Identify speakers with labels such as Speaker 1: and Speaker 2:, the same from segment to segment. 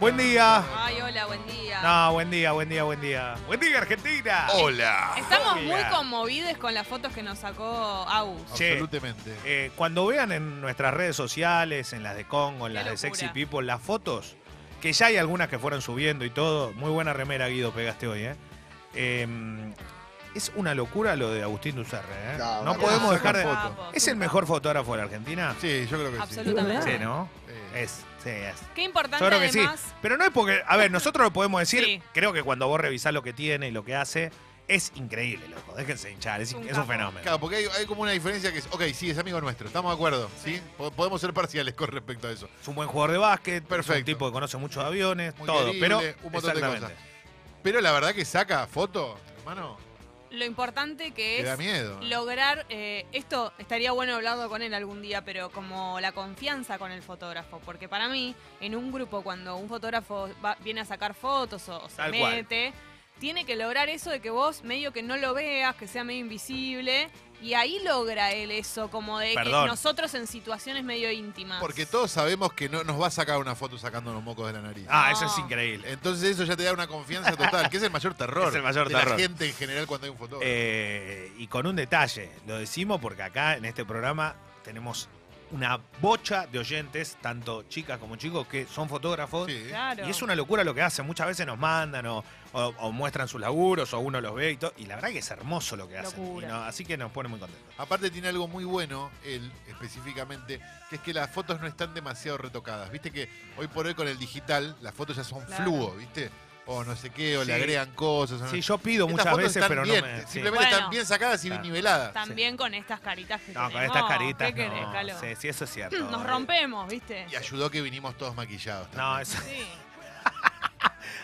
Speaker 1: Buen día.
Speaker 2: Ay, hola, buen día.
Speaker 1: No, buen día, buen día, buen día. Buen día, Argentina.
Speaker 3: Oh. Hola.
Speaker 2: Estamos
Speaker 1: Hola.
Speaker 2: muy conmovidos con las fotos que nos sacó Agus.
Speaker 1: Che.
Speaker 3: Absolutamente.
Speaker 1: Eh, cuando vean en nuestras redes sociales, en las de Congo, en
Speaker 2: Qué
Speaker 1: las de
Speaker 2: locura.
Speaker 1: Sexy People, las fotos, que ya hay algunas que fueron subiendo y todo. Muy buena remera, Guido, pegaste hoy, ¿eh? Eh, es una locura lo de Agustín Ducerre, ¿eh?
Speaker 4: No,
Speaker 1: No
Speaker 4: una
Speaker 1: podemos
Speaker 3: cosa,
Speaker 1: dejar de.
Speaker 3: foto.
Speaker 2: Capo,
Speaker 1: ¿Es el
Speaker 2: capo.
Speaker 1: mejor fotógrafo de la Argentina?
Speaker 3: Sí, yo creo que sí.
Speaker 2: Absolutamente.
Speaker 1: Sí, ¿no?
Speaker 3: Sí.
Speaker 1: Es, sí, es.
Speaker 2: Qué importante
Speaker 1: Yo creo que sí.
Speaker 2: además.
Speaker 1: Pero no es porque. A ver, nosotros lo podemos decir.
Speaker 2: Sí.
Speaker 1: Creo que cuando vos revisás lo que tiene y lo que hace, es increíble, loco. Déjense hinchar. Es,
Speaker 2: Un
Speaker 1: es un
Speaker 2: capo.
Speaker 1: fenómeno.
Speaker 3: Claro, porque hay, hay como una diferencia que es, ok, sí, es amigo nuestro, estamos de acuerdo, ¿sí? Po- Podemos ser parciales con respecto a eso.
Speaker 1: Es un buen jugador de básquet. Es un
Speaker 3: Perfecto.
Speaker 1: tipo que conoce muchos aviones.
Speaker 3: Muy
Speaker 1: todo.
Speaker 3: querible,
Speaker 1: Pero.
Speaker 3: un montón de
Speaker 1: exactamente.
Speaker 3: cosas. Pero la verdad que saca foto, hermano,
Speaker 2: Lo importante que
Speaker 3: te da
Speaker 2: es
Speaker 3: miedo.
Speaker 2: lograr. eh, esto estaría bueno hablarlo con él algún día, pero como la confianza con el fotógrafo. Porque para mí, en un grupo, cuando un fotógrafo va- viene a sacar fotos o, o se
Speaker 1: Tal cual.
Speaker 2: mete, tiene que lograr eso de que vos medio que no lo veas, que sea medio invisible. Y ahí logra él eso, como de
Speaker 1: Perdón.
Speaker 2: que nosotros en situaciones medio íntimas.
Speaker 3: Porque todos sabemos que no nos va a sacar una foto sacando los mocos de la nariz.
Speaker 1: Ah, eso
Speaker 2: No.
Speaker 1: es increíble.
Speaker 3: Entonces eso ya te da una confianza total, que es el mayor terror.
Speaker 1: Es el mayor
Speaker 3: de
Speaker 1: terror.
Speaker 3: la gente en general cuando hay un fotógrafo.
Speaker 1: Eh, y con un detalle. Lo decimos porque acá en este programa tenemos una bocha de oyentes, tanto chicas como chicos, que son fotógrafos.
Speaker 3: Sí.
Speaker 2: Claro.
Speaker 1: eh, Y es una locura lo que hacen. Muchas veces nos mandan o, o- o muestran sus laburos o uno los ve y todo. Y la verdad que es hermoso lo que hacen.
Speaker 2: Locura.
Speaker 1: Y no- así que nos pone muy contentos.
Speaker 3: Aparte tiene algo muy bueno, él específicamente, que es que las fotos no están demasiado retocadas. Viste que hoy por hoy con el digital las fotos ya son
Speaker 2: Claro.
Speaker 3: fluo, ¿viste? O no sé qué, o le
Speaker 1: Sí.
Speaker 3: agregan cosas. o no-
Speaker 1: Sí, yo pido
Speaker 3: Ah. Estas
Speaker 1: muchas
Speaker 3: fotos
Speaker 1: veces,
Speaker 3: están
Speaker 1: pero
Speaker 3: bien,
Speaker 1: no me. sí.
Speaker 3: Simplemente
Speaker 2: Bueno.
Speaker 3: están bien sacadas y
Speaker 1: Claro.
Speaker 3: niveladas.
Speaker 2: También con estas caritas que
Speaker 1: No, con
Speaker 2: tenemos.
Speaker 1: estas caritas.
Speaker 2: ¿Qué querés,
Speaker 1: no.
Speaker 2: Calo?
Speaker 1: Sí, sí, eso es eh. cierto.
Speaker 2: Nos rompemos, ¿viste?
Speaker 3: Y ayudó que vinimos todos maquillados.
Speaker 1: No,
Speaker 3: también.
Speaker 1: es-
Speaker 2: Sí.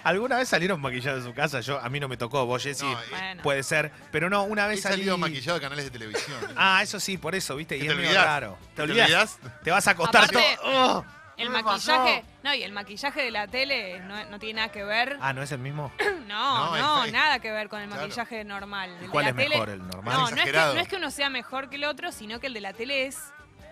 Speaker 1: alguna vez salieron maquillados de su casa. Yo, a mí no me tocó. Vos, Jessy,
Speaker 3: No, eh,
Speaker 2: Bueno.
Speaker 1: puede ser. Pero no, una
Speaker 3: he
Speaker 1: vez salí.
Speaker 3: salido maquillado de canales de televisión.
Speaker 1: Ah, eso sí, por eso, ¿viste?
Speaker 3: ¿Que
Speaker 1: Y
Speaker 3: te
Speaker 1: es medio
Speaker 3: olvidás?
Speaker 1: raro. Te
Speaker 3: ¿Te
Speaker 1: olvidás.
Speaker 3: olvidás?
Speaker 1: Te vas a acostar
Speaker 2: Aparte-
Speaker 1: todo. ¡Ugh!
Speaker 2: El
Speaker 1: ¿Qué me
Speaker 2: maquillaje,
Speaker 1: pasó?
Speaker 2: no, y el maquillaje de la tele no, no tiene nada que ver.
Speaker 1: Ah, ¿no es el mismo?
Speaker 2: no,
Speaker 3: no,
Speaker 2: no,
Speaker 3: está-
Speaker 2: nada que ver con el
Speaker 3: Claro.
Speaker 2: maquillaje normal. El
Speaker 1: ¿Y
Speaker 2: de
Speaker 1: cuál
Speaker 2: la
Speaker 1: es mejor,
Speaker 2: tele-
Speaker 1: el
Speaker 2: No,
Speaker 1: normal?
Speaker 2: no
Speaker 3: Más
Speaker 2: es, que,
Speaker 3: exagerado.
Speaker 2: no es que uno sea mejor que el otro, sino que el de la tele es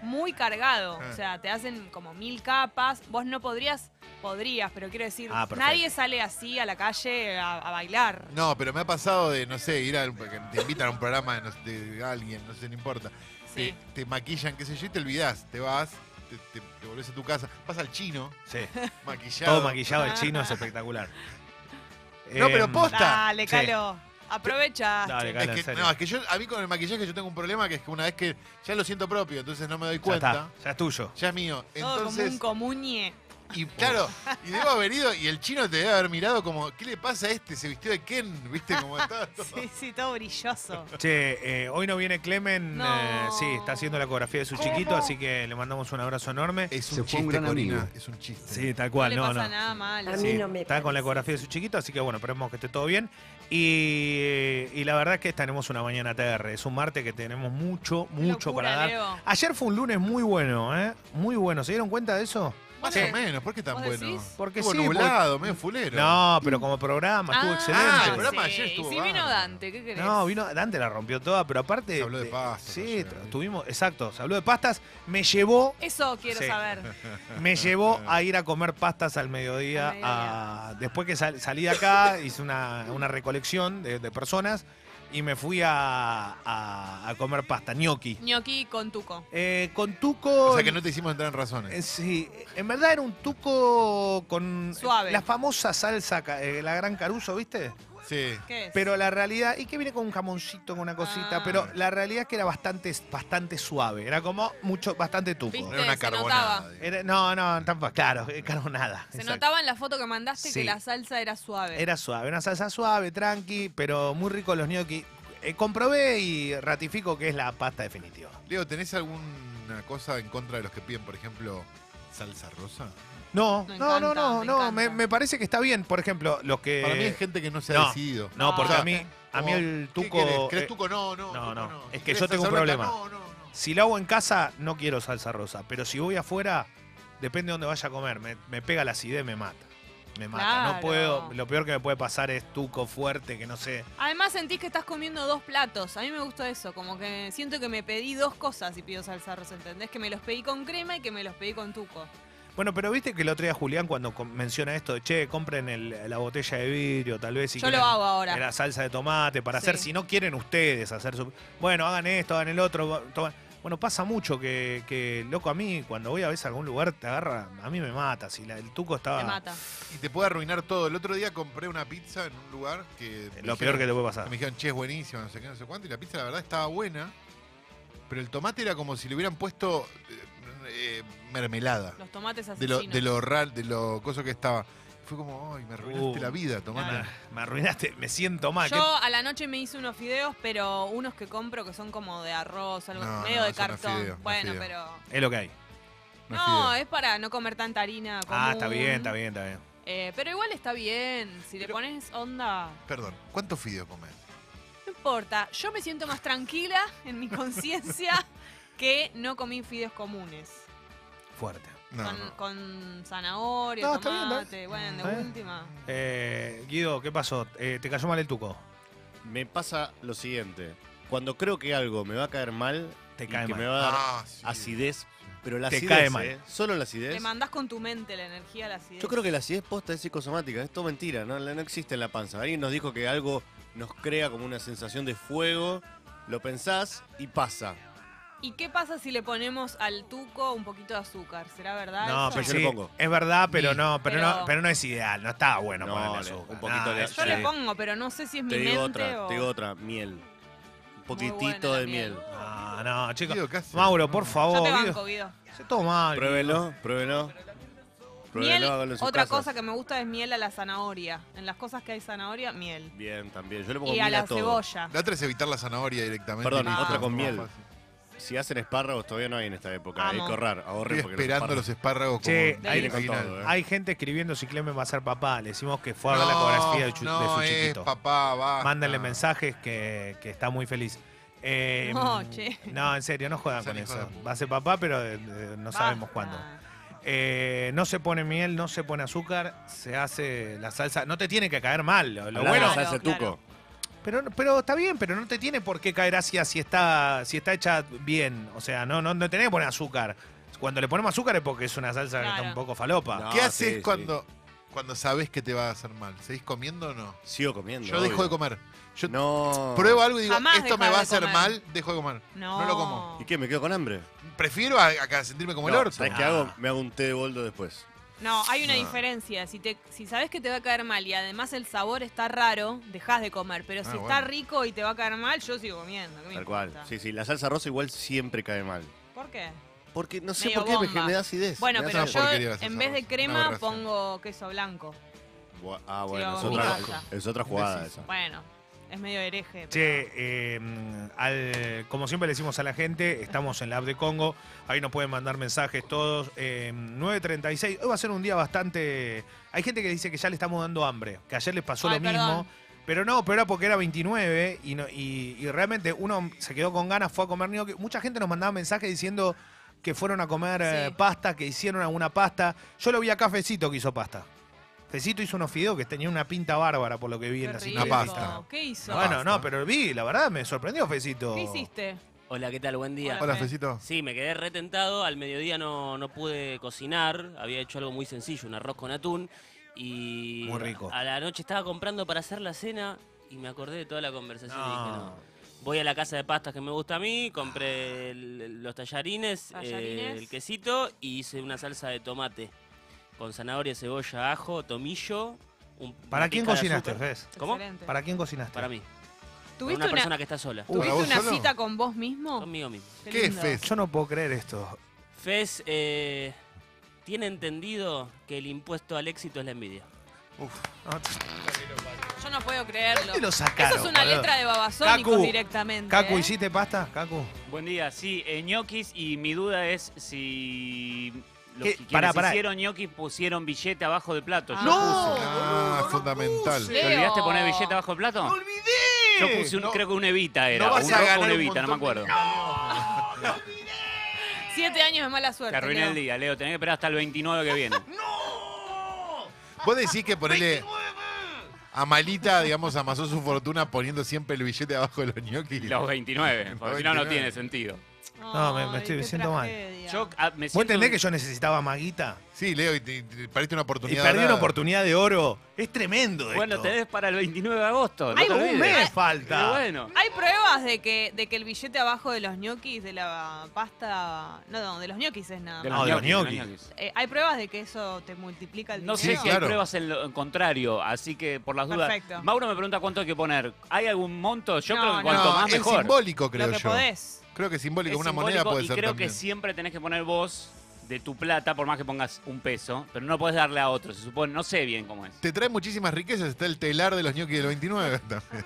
Speaker 2: muy cargado.
Speaker 3: Ah.
Speaker 2: O sea, te hacen como mil capas. Vos no podrías, podrías, pero quiero decir,
Speaker 1: Ah, perfecto.
Speaker 2: nadie sale así a la calle a, a bailar.
Speaker 3: No, pero me ha pasado de, no sé, ir a, que te invitan a un programa de, no- de alguien, no sé, no importa.
Speaker 2: Sí.
Speaker 3: Te, te maquillan, qué sé yo, y te olvidás. Te vas, te, te- te volvés a tu casa, vas al chino,
Speaker 1: Sí.
Speaker 3: maquillado.
Speaker 1: Todo maquillado el chino es espectacular.
Speaker 3: No, pero
Speaker 1: Em,
Speaker 3: posta.
Speaker 2: Dale,
Speaker 1: Sí.
Speaker 2: Calo. Aprovecha.
Speaker 1: Dale, Calo,
Speaker 3: Es
Speaker 1: en
Speaker 3: que,
Speaker 1: serio.
Speaker 3: no, es que yo, a mí con el maquillaje yo tengo un problema que es que una vez que ya lo siento propio, entonces no me doy
Speaker 1: ya
Speaker 3: cuenta, ya,
Speaker 1: está, ya es tuyo.
Speaker 3: es mío.
Speaker 2: Todo
Speaker 3: Entonces,
Speaker 2: como un comuñe.
Speaker 3: y claro, y debo haber ido y el chino te debe haber mirado como, ¿qué le pasa a este? Se vistió de Ken, ¿viste? Como está todo.
Speaker 2: Sí, sí, todo brilloso.
Speaker 1: Che, eh, hoy no viene Clemen,
Speaker 2: No.
Speaker 1: eh, sí, está haciendo la ecografía de su chiquito, así que le mandamos un abrazo enorme.
Speaker 3: Es un
Speaker 4: Se fue
Speaker 3: chiste,
Speaker 4: un gran
Speaker 3: Corina,
Speaker 4: amigo.
Speaker 3: es un chiste.
Speaker 1: Sí, tal
Speaker 2: No
Speaker 1: cual,
Speaker 2: le
Speaker 1: no,
Speaker 2: pasa
Speaker 1: no.
Speaker 2: nada malo.
Speaker 5: A mí
Speaker 1: Sí,
Speaker 5: no me
Speaker 1: está con la
Speaker 5: parece.
Speaker 1: ecografía de su chiquito, así que bueno, esperemos que esté todo bien. Y, y la verdad es que tenemos una mañana TR, es un martes que tenemos mucho, mucho
Speaker 2: Locura,
Speaker 1: para dar.
Speaker 2: Leo.
Speaker 1: Ayer fue un lunes muy bueno, ¿eh? Muy bueno, ¿se dieron cuenta de eso?
Speaker 3: Más
Speaker 2: Sí.
Speaker 3: o menos, ¿por qué tan
Speaker 2: ¿Vos
Speaker 3: bueno?
Speaker 2: decís?
Speaker 1: Porque
Speaker 3: Estuvo
Speaker 1: sí, porque-
Speaker 3: nublado, medio fulero.
Speaker 1: No, pero como programa, estuvo
Speaker 3: Ah, el
Speaker 1: excelente.
Speaker 3: programa de ayer
Speaker 2: sí.
Speaker 3: estuvo
Speaker 2: Y si vino
Speaker 3: bárbaro.
Speaker 2: Dante, ¿qué querés?
Speaker 1: No, vino, Dante la rompió toda, pero aparte.
Speaker 3: Se habló de
Speaker 1: eh,
Speaker 3: pastas
Speaker 1: Sí,
Speaker 3: ayer,
Speaker 1: t-
Speaker 3: ¿viste?
Speaker 1: tuvimos, exacto, se habló de pastas. Me llevó,
Speaker 2: Eso quiero
Speaker 1: Sí.
Speaker 2: saber.
Speaker 1: me llevó a ir a comer pastas al mediodía.
Speaker 2: Al mediodía.
Speaker 1: a- después que sal- salí de acá, hice una, una recolección de, de personas y me fui a, a- a comer pasta, gnocchi.
Speaker 2: Ñoqui con tuco.
Speaker 1: Eh, con tuco.
Speaker 3: O sea que no te hicimos entrar en razones.
Speaker 1: eh, Sí, en verdad era un tuco con
Speaker 2: Suave.
Speaker 1: la famosa salsa, ca- eh, la gran caruso, ¿viste?
Speaker 3: Sí.
Speaker 2: ¿Qué es?
Speaker 1: Pero la realidad, y que viene con un jamoncito, con una cosita,
Speaker 2: Ah.
Speaker 1: pero la realidad es que era bastante, bastante suave, era como mucho, bastante tuco.
Speaker 2: ¿Viste?
Speaker 3: No era una
Speaker 2: se
Speaker 3: carbonada.
Speaker 2: notaba.
Speaker 3: digo.
Speaker 1: Era- no, no, tampoco, claro, eh, carbonada.
Speaker 2: Se
Speaker 1: exacto.
Speaker 2: notaba en la foto que mandaste
Speaker 1: Sí.
Speaker 2: que la salsa era suave.
Speaker 1: Era suave, una salsa suave, tranqui, pero muy rico los gnocchi. Eh, comprobé y ratifico que es la pasta definitiva.
Speaker 3: Leo, ¿tenés alguna cosa en contra de los que piden, por ejemplo, salsa rosa?
Speaker 1: No,
Speaker 2: Me
Speaker 1: no, no,
Speaker 2: encanta,
Speaker 1: no,
Speaker 2: me
Speaker 1: no, me,
Speaker 2: encanta.
Speaker 1: me parece que está bien, por ejemplo, los que...
Speaker 3: Para mí hay gente que no se ha
Speaker 1: Eh, no,
Speaker 3: decidido.
Speaker 1: No, porque
Speaker 3: O sea,
Speaker 1: a mí, a mí
Speaker 3: como,
Speaker 1: el
Speaker 3: ¿Qué
Speaker 1: tuco...
Speaker 3: querés? ¿Querés
Speaker 1: eh,
Speaker 3: tuco? No, no.
Speaker 1: no,
Speaker 3: tuco
Speaker 1: no. Es
Speaker 3: ¿Qué
Speaker 1: que
Speaker 3: querés,
Speaker 1: yo tengo un
Speaker 3: salsa blanca?
Speaker 1: problema.
Speaker 3: No, no, no.
Speaker 1: Si lo hago en casa, no quiero salsa rosa. Pero si voy afuera, depende de dónde vaya a comer. Me, me pega la acidez, me mata. Me mata, no
Speaker 2: Claro.
Speaker 1: puedo. Lo peor que me puede pasar es tuco fuerte, que no sé.
Speaker 2: Además sentís que estás comiendo dos platos. A mí me gusta eso, como que siento que me pedí dos cosas y pido salsarros, ¿entendés? Que me los pedí con crema y que me los pedí con tuco.
Speaker 1: Bueno, pero viste que el otro día Julián cuando com- menciona esto de, che, compren el- la botella de vidrio, tal vez. si
Speaker 2: Yo lo
Speaker 1: quieren
Speaker 2: hago ahora.
Speaker 1: La salsa de tomate para hacer,
Speaker 2: Sí.
Speaker 1: si no quieren ustedes hacer su... Bueno, hagan esto, hagan el otro. va- toman- Bueno, pasa mucho que, que, loco, a mí cuando voy a veces a algún lugar te agarra, a mí me mata. Si la- el tuco estaba...
Speaker 2: Te mata.
Speaker 3: Y te puede arruinar todo. El otro día compré una pizza en un lugar que. me
Speaker 1: eh, Lo peor
Speaker 3: dijeron-
Speaker 1: que te puede pasar.
Speaker 3: Me dijeron, che, es buenísima, no sé qué, no sé cuánto. Y la pizza, la verdad, estaba buena. Pero el tomate era como si le hubieran puesto eh, eh, mermelada.
Speaker 2: Los tomates
Speaker 3: De
Speaker 2: asesinos.
Speaker 3: lo, de lo ral, de lo coso que estaba. Fue como, ay, me arruinaste
Speaker 1: Uh.
Speaker 3: la vida, tomate.
Speaker 1: Me- Me arruinaste, me siento mal. ¿Qué-
Speaker 2: Yo a la noche me hice unos fideos, pero unos que compro que son como de arroz, algo
Speaker 3: No,
Speaker 2: medio
Speaker 3: no,
Speaker 2: de
Speaker 3: eso no es
Speaker 2: cartón.
Speaker 3: fideo, no es
Speaker 2: bueno,
Speaker 3: fideo.
Speaker 2: pero.
Speaker 1: Es lo que hay.
Speaker 3: No
Speaker 2: No,
Speaker 3: es fideo.
Speaker 2: es para no comer tanta harina.
Speaker 1: Ah, está
Speaker 2: común.
Speaker 1: bien, está bien, está bien.
Speaker 2: Eh, pero igual está bien. Si le
Speaker 3: Pero-
Speaker 2: pones onda,
Speaker 3: Perdón, ¿cuántos fideos comés?
Speaker 2: no importa. Yo me siento más tranquila en mi conciencia que no comí fideos comunes.
Speaker 1: Fuerte.
Speaker 3: No,
Speaker 2: con,
Speaker 3: no.
Speaker 2: con zanahoria,
Speaker 3: No, está bien,
Speaker 2: tomate.
Speaker 3: está
Speaker 2: Bueno,
Speaker 1: Está
Speaker 2: de
Speaker 1: bien.
Speaker 2: última.
Speaker 1: Eh, Guido, ¿qué pasó? Eh, ¿Te cayó mal el tuco?
Speaker 4: Me pasa lo siguiente. Cuando creo que algo me va a caer mal,
Speaker 1: Te
Speaker 4: y
Speaker 1: cae
Speaker 4: que
Speaker 1: mal.
Speaker 4: me va a dar
Speaker 3: Ah, sí.
Speaker 4: acidez, pero la
Speaker 1: Te
Speaker 4: acidez,
Speaker 1: cae mal.
Speaker 4: ¿eh? solo la acidez.
Speaker 2: Le mandás con tu mente la energía a la acidez.
Speaker 4: Yo creo que la acidez posta es psicosomática, es todo mentira, no, no existe en la panza. Alguien nos dijo que algo nos crea como una sensación de fuego, lo pensás y pasa.
Speaker 2: ¿Y qué pasa si le ponemos al tuco un poquito de azúcar? ¿Será verdad?
Speaker 1: No,
Speaker 2: Ah, eso?
Speaker 1: pero
Speaker 4: Yo le
Speaker 1: sí,
Speaker 4: pongo.
Speaker 1: es verdad, pero
Speaker 3: Sí.
Speaker 1: no, pero, no,
Speaker 2: Pero-
Speaker 1: pero no es ideal, no está bueno
Speaker 4: No,
Speaker 1: ponerle
Speaker 4: le-
Speaker 1: azúcar.
Speaker 4: un poquito
Speaker 1: No,
Speaker 4: de-
Speaker 1: es-
Speaker 2: Yo le
Speaker 1: sí.
Speaker 2: pongo, pero no sé si es mi
Speaker 4: Te digo
Speaker 2: mente
Speaker 4: otra,
Speaker 2: o...
Speaker 4: te digo otra, miel. Un poquitito
Speaker 2: buena la
Speaker 4: de
Speaker 2: miel.
Speaker 4: miel.
Speaker 1: No, no, chicos.
Speaker 3: Guido, ¿qué haces?
Speaker 1: Mauro,
Speaker 3: No.
Speaker 1: por
Speaker 2: Yo te
Speaker 1: favor,
Speaker 2: banco,
Speaker 1: Oh, Guido.
Speaker 2: Guido.
Speaker 1: Se toma mal.
Speaker 4: Pruébelo, pruébelo.
Speaker 2: Miel,
Speaker 4: Pruébelo, háganlo en sus
Speaker 2: otra
Speaker 4: casas.
Speaker 2: cosa que me gusta es miel a la zanahoria. En las cosas que hay zanahoria, miel.
Speaker 4: Bien, también. Yo le pongo
Speaker 2: Y
Speaker 4: miel
Speaker 2: a la
Speaker 4: todo.
Speaker 2: cebolla.
Speaker 3: La otra es evitar la zanahoria directamente.
Speaker 4: Perdón,
Speaker 3: Listo,
Speaker 2: otra
Speaker 4: con
Speaker 3: es más
Speaker 4: miel.
Speaker 3: fácil.
Speaker 4: Si hacen espárragos, todavía no hay en esta época. Hay
Speaker 2: Amo.
Speaker 4: que ahorrar, ahorren.
Speaker 3: Estoy
Speaker 4: porque
Speaker 3: esperando los espárragos
Speaker 1: Che,
Speaker 3: como
Speaker 2: ahí
Speaker 3: el
Speaker 4: con
Speaker 3: final.
Speaker 4: todo, eh.
Speaker 1: Hay gente escribiendo si Clemen va a ser papá. Le decimos que fue a ver la
Speaker 3: No,
Speaker 1: ecografía de, chu- de
Speaker 3: no
Speaker 1: su
Speaker 3: es
Speaker 1: chiquito.
Speaker 3: papá, va.
Speaker 1: Mándenle mensajes que, que está muy feliz. Eh,
Speaker 2: No, che.
Speaker 1: No, en serio, no jodan
Speaker 3: Ese
Speaker 1: con
Speaker 3: hijo de
Speaker 1: eso.
Speaker 3: puta.
Speaker 1: Va a ser papá, pero eh, eh, no sabemos
Speaker 2: Basta.
Speaker 1: cuándo. Eh, no se pone miel, no se pone azúcar, se hace la salsa. No te tiene que caer mal. Lo, lo
Speaker 4: Lo
Speaker 1: bueno.
Speaker 4: bueno,
Speaker 2: Claro,
Speaker 4: hace
Speaker 2: claro.
Speaker 4: tuco.
Speaker 1: Pero, pero está bien, pero no te tiene por qué caer hacia si está, si está hecha bien. O sea, no, no, no tenés que poner azúcar. Cuando le ponemos azúcar es porque es una salsa que está
Speaker 2: Claro.
Speaker 1: un poco falopa.
Speaker 4: No.
Speaker 3: ¿Qué
Speaker 4: Ah,
Speaker 3: haces
Speaker 4: sí,
Speaker 3: cuando, cuando sabes que te va a hacer mal? ¿Seguís comiendo o no?
Speaker 4: Sigo comiendo.
Speaker 3: Yo dejo
Speaker 4: obvio.
Speaker 3: de comer. Yo
Speaker 4: No.
Speaker 3: pruebo algo y digo,
Speaker 2: Jamás
Speaker 3: esto
Speaker 2: dejar
Speaker 3: me va a
Speaker 2: de
Speaker 3: hacer
Speaker 2: comer.
Speaker 3: mal, dejo de comer.
Speaker 2: No.
Speaker 3: lo como.
Speaker 4: ¿Y qué? ¿Me quedo con hambre?
Speaker 3: Prefiero a, a sentirme como el
Speaker 4: No,
Speaker 3: orto.
Speaker 4: ¿Sabes qué
Speaker 1: Ah.
Speaker 4: hago? Me hago un té de boldo después.
Speaker 2: No, hay una
Speaker 3: No.
Speaker 2: diferencia. Si, te, si sabes que te va a caer mal y además el sabor está raro, dejas de comer. Pero si
Speaker 3: Ah,
Speaker 2: está
Speaker 3: bueno.
Speaker 2: rico y te va a caer mal, yo sigo comiendo. ¿qué me
Speaker 4: Tal cual.
Speaker 2: importa?
Speaker 4: Sí, sí. La salsa rosa igual siempre cae mal.
Speaker 2: ¿Por qué?
Speaker 4: Porque no sé
Speaker 2: Medio
Speaker 4: por qué me-
Speaker 2: bomba.
Speaker 4: me da acidez.
Speaker 2: Bueno,
Speaker 4: me da
Speaker 2: pero
Speaker 3: una
Speaker 4: acidez.
Speaker 2: yo
Speaker 3: porquería la
Speaker 2: en
Speaker 3: salsa
Speaker 2: vez
Speaker 3: rosa,
Speaker 2: de
Speaker 3: una
Speaker 2: crema
Speaker 3: aberración.
Speaker 2: pongo queso blanco.
Speaker 4: Bu- Ah,
Speaker 2: Sí,
Speaker 4: bueno, es
Speaker 2: vamos,
Speaker 4: otra,
Speaker 2: basta.
Speaker 4: es otra jugada
Speaker 3: Decís.
Speaker 4: esa.
Speaker 2: Bueno, es medio hereje.
Speaker 1: Che, eh, mm, al- como siempre le decimos a la gente, estamos en la app de Congo, ahí nos pueden mandar mensajes todos. eh, 9.36, hoy va a ser un día bastante... Hay gente que dice que ya le estamos dando hambre, que ayer les pasó
Speaker 2: Ay,
Speaker 1: lo mismo.
Speaker 2: perdón.
Speaker 1: Pero no, pero era porque era 29 y, no- y, y realmente uno se quedó con ganas, fue a comer gnocchi. Mucha gente nos mandaba mensajes diciendo que fueron a comer eh,
Speaker 2: Sí.
Speaker 1: pasta, que hicieron alguna pasta. Yo lo vi acá a Fecito que hizo pasta. Fecito hizo unos fideos que tenían una pinta bárbara por lo que vi
Speaker 2: Qué
Speaker 1: en la
Speaker 2: rico.
Speaker 1: historia.
Speaker 3: pasta.
Speaker 2: ¿Qué hizo?
Speaker 1: Bueno,
Speaker 3: Basta.
Speaker 1: no, pero vi, la verdad me sorprendió Fecito.
Speaker 2: ¿Qué hiciste?
Speaker 5: Hola, ¿qué tal? Buen día.
Speaker 3: Ah. Hola,
Speaker 2: Fe.
Speaker 3: Fecito.
Speaker 5: Sí, me quedé retentado. Al mediodía no, no pude cocinar. Había hecho algo muy sencillo, un arroz con atún. Y
Speaker 1: Muy rico.
Speaker 5: a la noche estaba comprando para hacer la cena y me acordé de toda la conversación y dije,
Speaker 1: No.
Speaker 5: no. Voy a la casa de pastas que me gusta a mí, compré el- los tallarines, eh,
Speaker 2: Tallarines.
Speaker 5: el quesito y hice una salsa de tomate con zanahoria, cebolla, ajo, tomillo. un-
Speaker 1: ¿Para
Speaker 5: una
Speaker 1: quién
Speaker 5: pizca de
Speaker 1: cocinaste,
Speaker 5: azúcar.
Speaker 1: Fes?
Speaker 5: ¿Cómo?
Speaker 2: Excelente.
Speaker 1: ¿Para quién cocinaste?
Speaker 5: Para mí. Para
Speaker 2: ¿Tuviste
Speaker 5: una
Speaker 2: una, Uh.
Speaker 5: persona que está sola.
Speaker 2: ¿tuviste
Speaker 3: ¿Para vos
Speaker 2: una
Speaker 3: solo?
Speaker 2: cita con vos mismo?
Speaker 5: Conmigo mismo.
Speaker 3: ¿Qué
Speaker 2: lindo.
Speaker 3: es Fez?
Speaker 1: Yo no puedo creer esto.
Speaker 5: Fez eh, tiene entendido que el impuesto al éxito es la envidia.
Speaker 1: No,
Speaker 2: Yo no puedo creerlo.
Speaker 1: te lo sacaron.
Speaker 2: Eso es una
Speaker 1: boludo?
Speaker 2: letra de Babasónicos
Speaker 1: Cacu.
Speaker 2: directamente.
Speaker 1: Cacu,
Speaker 2: ¿eh?
Speaker 1: ¿hiciste pasta? Cacu.
Speaker 6: Buen día, sí, eh, ñoquis y mi duda es si los
Speaker 1: ¿Qué?
Speaker 6: que quienes
Speaker 1: Pará, pará.
Speaker 6: hicieron ñoquis pusieron billete abajo del plato. Yo
Speaker 2: No.
Speaker 6: puse.
Speaker 3: Ah, fundamental.
Speaker 6: ¿Te
Speaker 2: Leo.
Speaker 6: olvidaste poner billete abajo del plato? Yo puse un,
Speaker 3: No.
Speaker 6: creo que una evita era,
Speaker 3: No vas
Speaker 6: un
Speaker 3: a
Speaker 6: roca,
Speaker 3: ganar
Speaker 6: una
Speaker 3: un
Speaker 6: evita, no me
Speaker 3: montón de-
Speaker 6: acuerdo.
Speaker 2: Siete años de mala suerte.
Speaker 6: Te arruiné
Speaker 2: Leo.
Speaker 6: el día, Leo, tenés que esperar hasta el 29 que viene.
Speaker 3: Vos decís que ponele. Amalita, digamos, amasó su fortuna poniendo siempre el billete abajo de los ñoquis.
Speaker 6: Y los 29, porque si no, no
Speaker 3: 29.
Speaker 6: tiene sentido.
Speaker 1: No, me- me estoy-
Speaker 2: qué
Speaker 1: me siento mal.
Speaker 2: tragedia.
Speaker 6: Yo ah, me
Speaker 1: ¿Vos
Speaker 6: siento...
Speaker 1: entendés que yo necesitaba maguita?
Speaker 3: Sí, Leo, y te, te perdiste una
Speaker 1: Y
Speaker 3: oportunidad.
Speaker 1: perdí una
Speaker 3: dorada.
Speaker 1: oportunidad de oro. Es tremendo
Speaker 6: Bueno,
Speaker 1: esto.
Speaker 6: tenés para el 29 de agosto. no
Speaker 1: Hay
Speaker 6: te
Speaker 1: un
Speaker 6: olvides.
Speaker 1: mes
Speaker 6: Pero
Speaker 1: falta.
Speaker 6: bueno.
Speaker 2: Hay pruebas de que, de que el billete abajo de los ñoquis, de la pasta. No, no, de los ñoquis es nada.
Speaker 6: de
Speaker 1: los
Speaker 2: más.
Speaker 1: de los
Speaker 6: ñoquis, de
Speaker 1: ñoquis.
Speaker 6: ñoquis.
Speaker 2: Eh, hay pruebas de que eso te multiplica el dinero.
Speaker 6: No sé
Speaker 3: Sí,
Speaker 6: si hay
Speaker 3: claro.
Speaker 6: pruebas en lo en contrario, así que por las dudas.
Speaker 2: Perfecto.
Speaker 6: Mauro me pregunta cuánto hay que poner. ¿Hay algún monto? Yo
Speaker 2: No,
Speaker 6: creo que
Speaker 2: no.
Speaker 3: No,
Speaker 6: cuanto más
Speaker 3: es
Speaker 6: mejor.
Speaker 3: simbólico, creo
Speaker 2: lo que
Speaker 3: yo.
Speaker 2: podés.
Speaker 3: Creo que es simbólico,
Speaker 6: Es
Speaker 3: una
Speaker 6: simbólico
Speaker 3: moneda puede
Speaker 6: y
Speaker 3: ser
Speaker 6: creo
Speaker 3: también.
Speaker 6: que siempre tenés que poner vos de tu plata, por más que pongas un peso, pero no podés darle a otro, se supone. No sé bien cómo es.
Speaker 3: Te trae muchísimas riquezas, está el telar de los ñoquis del 29 también.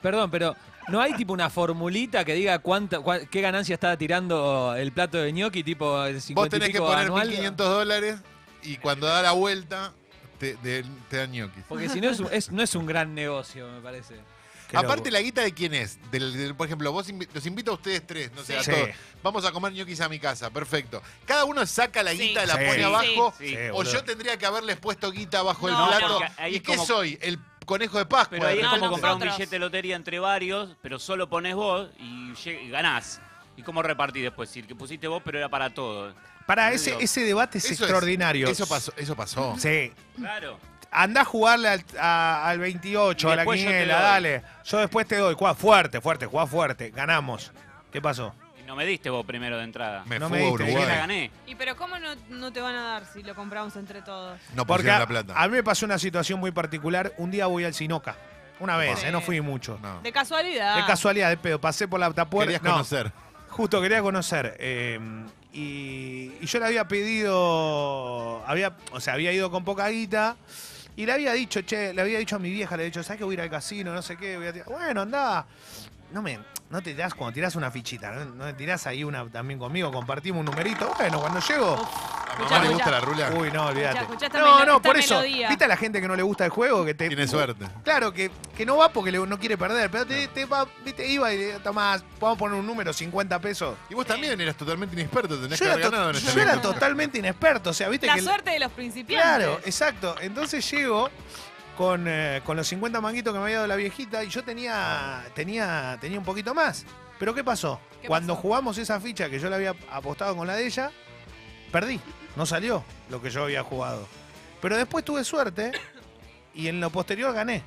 Speaker 7: Perdón, pero ¿no hay tipo una formulita que diga cuánta, cua- qué ganancia está tirando el plato de gnocchi, tipo el 50
Speaker 3: Vos
Speaker 7: y
Speaker 3: tenés que
Speaker 7: pico
Speaker 3: poner
Speaker 7: anual?
Speaker 3: 1.500 dólares y cuando da la vuelta te, de- te dan ñoquis.
Speaker 7: Porque si no es, un- es- no es un gran negocio, me parece.
Speaker 1: Qué
Speaker 3: Aparte,
Speaker 1: loco.
Speaker 3: ¿la guita de quién es? Del, del- por ejemplo, vos invi- los invito a ustedes tres, no sé, a
Speaker 1: Sí.
Speaker 3: todos. Vamos a comer ñoquis a mi casa, perfecto. Cada uno saca la
Speaker 2: Sí.
Speaker 3: guita, la
Speaker 1: Sí.
Speaker 3: pone
Speaker 1: Sí.
Speaker 3: abajo.
Speaker 6: Sí,
Speaker 1: Sí,
Speaker 3: o
Speaker 1: boludo.
Speaker 3: yo tendría que haberles puesto guita abajo del
Speaker 2: No,
Speaker 3: plato.
Speaker 6: porque ahí
Speaker 3: ¿Y
Speaker 6: es
Speaker 3: qué
Speaker 6: como-
Speaker 3: soy? ¿El conejo de Pascua?
Speaker 6: Pero ahí es
Speaker 2: No,
Speaker 6: como
Speaker 2: no,
Speaker 6: comprar un
Speaker 2: nosotros.
Speaker 6: billete de lotería entre varios, pero solo pones vos y, lle- y ganás. ¿Y cómo repartís después? Si el que pusiste vos, pero era para todo.
Speaker 1: Para
Speaker 6: Yo
Speaker 1: ese,
Speaker 6: digo,
Speaker 1: ese debate es
Speaker 3: Eso es-
Speaker 1: extraordinario.
Speaker 3: Eso pasó. Eso pasó.
Speaker 1: Sí.
Speaker 6: Claro.
Speaker 1: Andá a jugarle al, a- al 28,
Speaker 6: Y
Speaker 1: a la
Speaker 6: después yo te
Speaker 1: quiniela,
Speaker 6: doy.
Speaker 1: dale. Yo después te doy. Juega fuerte, fuerte, juega fuerte. Ganamos. ¿Qué pasó?
Speaker 6: Y no me diste vos primero de entrada.
Speaker 3: Me
Speaker 1: No
Speaker 3: fui
Speaker 1: me
Speaker 3: a
Speaker 1: diste,
Speaker 6: Ni que la
Speaker 3: Uruguay.
Speaker 6: gané.
Speaker 2: ¿Y pero cómo no, no te van a dar si lo compramos entre todos?
Speaker 3: No
Speaker 1: Porque
Speaker 3: pusieron
Speaker 1: a,
Speaker 3: la plata.
Speaker 1: a mí me pasó una situación muy particular. Un día voy al Sinoca. Una vez,
Speaker 2: Sí.
Speaker 1: eh, no fui mucho.
Speaker 3: No.
Speaker 2: De casualidad.
Speaker 6: Ah.
Speaker 1: De casualidad, de pedo. Pasé por la tapuera.
Speaker 3: Querías
Speaker 1: No,
Speaker 3: conocer.
Speaker 1: justo quería conocer. eh, y, y yo le había pedido. Había, o sea, había ido con poca guita. Y le había dicho, che, le había dicho a mi vieja, le había dicho, ¿sabes que voy a ir al casino? No sé qué. voy a tirar". Bueno, andá. No me. No te tirás cuando tirás una fichita, ¿no? no te tirás ahí una también conmigo, compartimos un numerito. Bueno, cuando llego.
Speaker 3: A
Speaker 2: Escuchá,
Speaker 3: mamá le
Speaker 2: escuchá.
Speaker 3: gusta la rula.
Speaker 1: Uy, no, olvídate.
Speaker 2: escuchá esta
Speaker 1: No,
Speaker 2: melo-
Speaker 1: no,
Speaker 2: esta
Speaker 1: por eso.
Speaker 2: melodía.
Speaker 1: ¿Viste a la gente que no le gusta el juego? Que te,
Speaker 3: Tiene suerte.
Speaker 1: Claro, que, que no va porque le- no quiere perder, pero te, te va, viste, iba y le tomás, vamos a poner un número, 50 pesos.
Speaker 3: Y vos también eras totalmente inexperto, tenés que
Speaker 1: Yo era,
Speaker 3: haber
Speaker 1: to-
Speaker 3: ganado en este
Speaker 1: yo
Speaker 3: esta
Speaker 1: era
Speaker 3: anécdota.
Speaker 1: totalmente inexperto, o sea, viste
Speaker 2: La
Speaker 1: que...
Speaker 2: suerte de los principiantes.
Speaker 1: Claro, exacto. Entonces llego con, eh, con los 50 manguitos que me había dado la viejita y yo tenía, tenía, tenía un poquito más. Pero ¿qué pasó?
Speaker 2: ¿Qué
Speaker 1: Cuando
Speaker 2: pasó?
Speaker 1: jugamos esa ficha que yo le había apostado con la de ella, perdí. No salió lo que yo había jugado. Pero después tuve suerte y en lo posterior gané.